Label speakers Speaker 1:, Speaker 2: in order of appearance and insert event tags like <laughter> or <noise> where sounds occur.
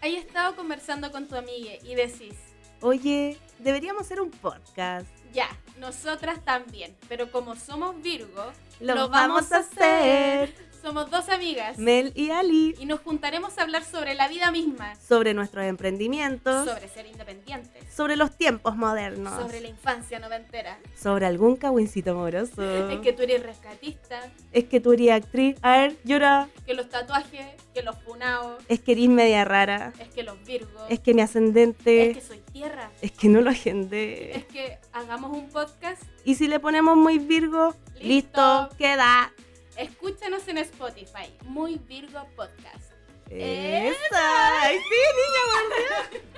Speaker 1: Hay estado conversando con tu amiga y decís,
Speaker 2: Oye, deberíamos hacer un podcast.
Speaker 1: ya, nosotras también, pero como somos Virgo,
Speaker 2: Lo, vamos, a hacer.
Speaker 1: Somos dos amigas
Speaker 2: Mel y Ali.
Speaker 1: y nos juntaremos a hablar sobre la vida misma,
Speaker 2: Sobre nuestros emprendimientos. Sobre,
Speaker 1: sobre ser independientes,
Speaker 2: los tiempos modernos.
Speaker 1: sobre la infancia noventera.
Speaker 2: sobre algún cagüincito amoroso.
Speaker 1: <laughs> Es que tú eres rescatista,
Speaker 2: Es que tú eres actriz. A ver, llora.
Speaker 1: que los tatuajes, que los punaos,
Speaker 2: Es que eres media rara.
Speaker 1: es que los virgos,
Speaker 2: Es que mi ascendente.
Speaker 1: es que soy tierra,
Speaker 2: Es que no lo agendé.
Speaker 1: <laughs> es que hagamos un podcast,
Speaker 2: Y si le ponemos muy Virgo,
Speaker 1: Listo.
Speaker 2: listo, queda.
Speaker 1: escúchanos en Spotify, Muy Virgo Podcast.
Speaker 2: ¡Esa! ¡Ay, sí, niña, volvió!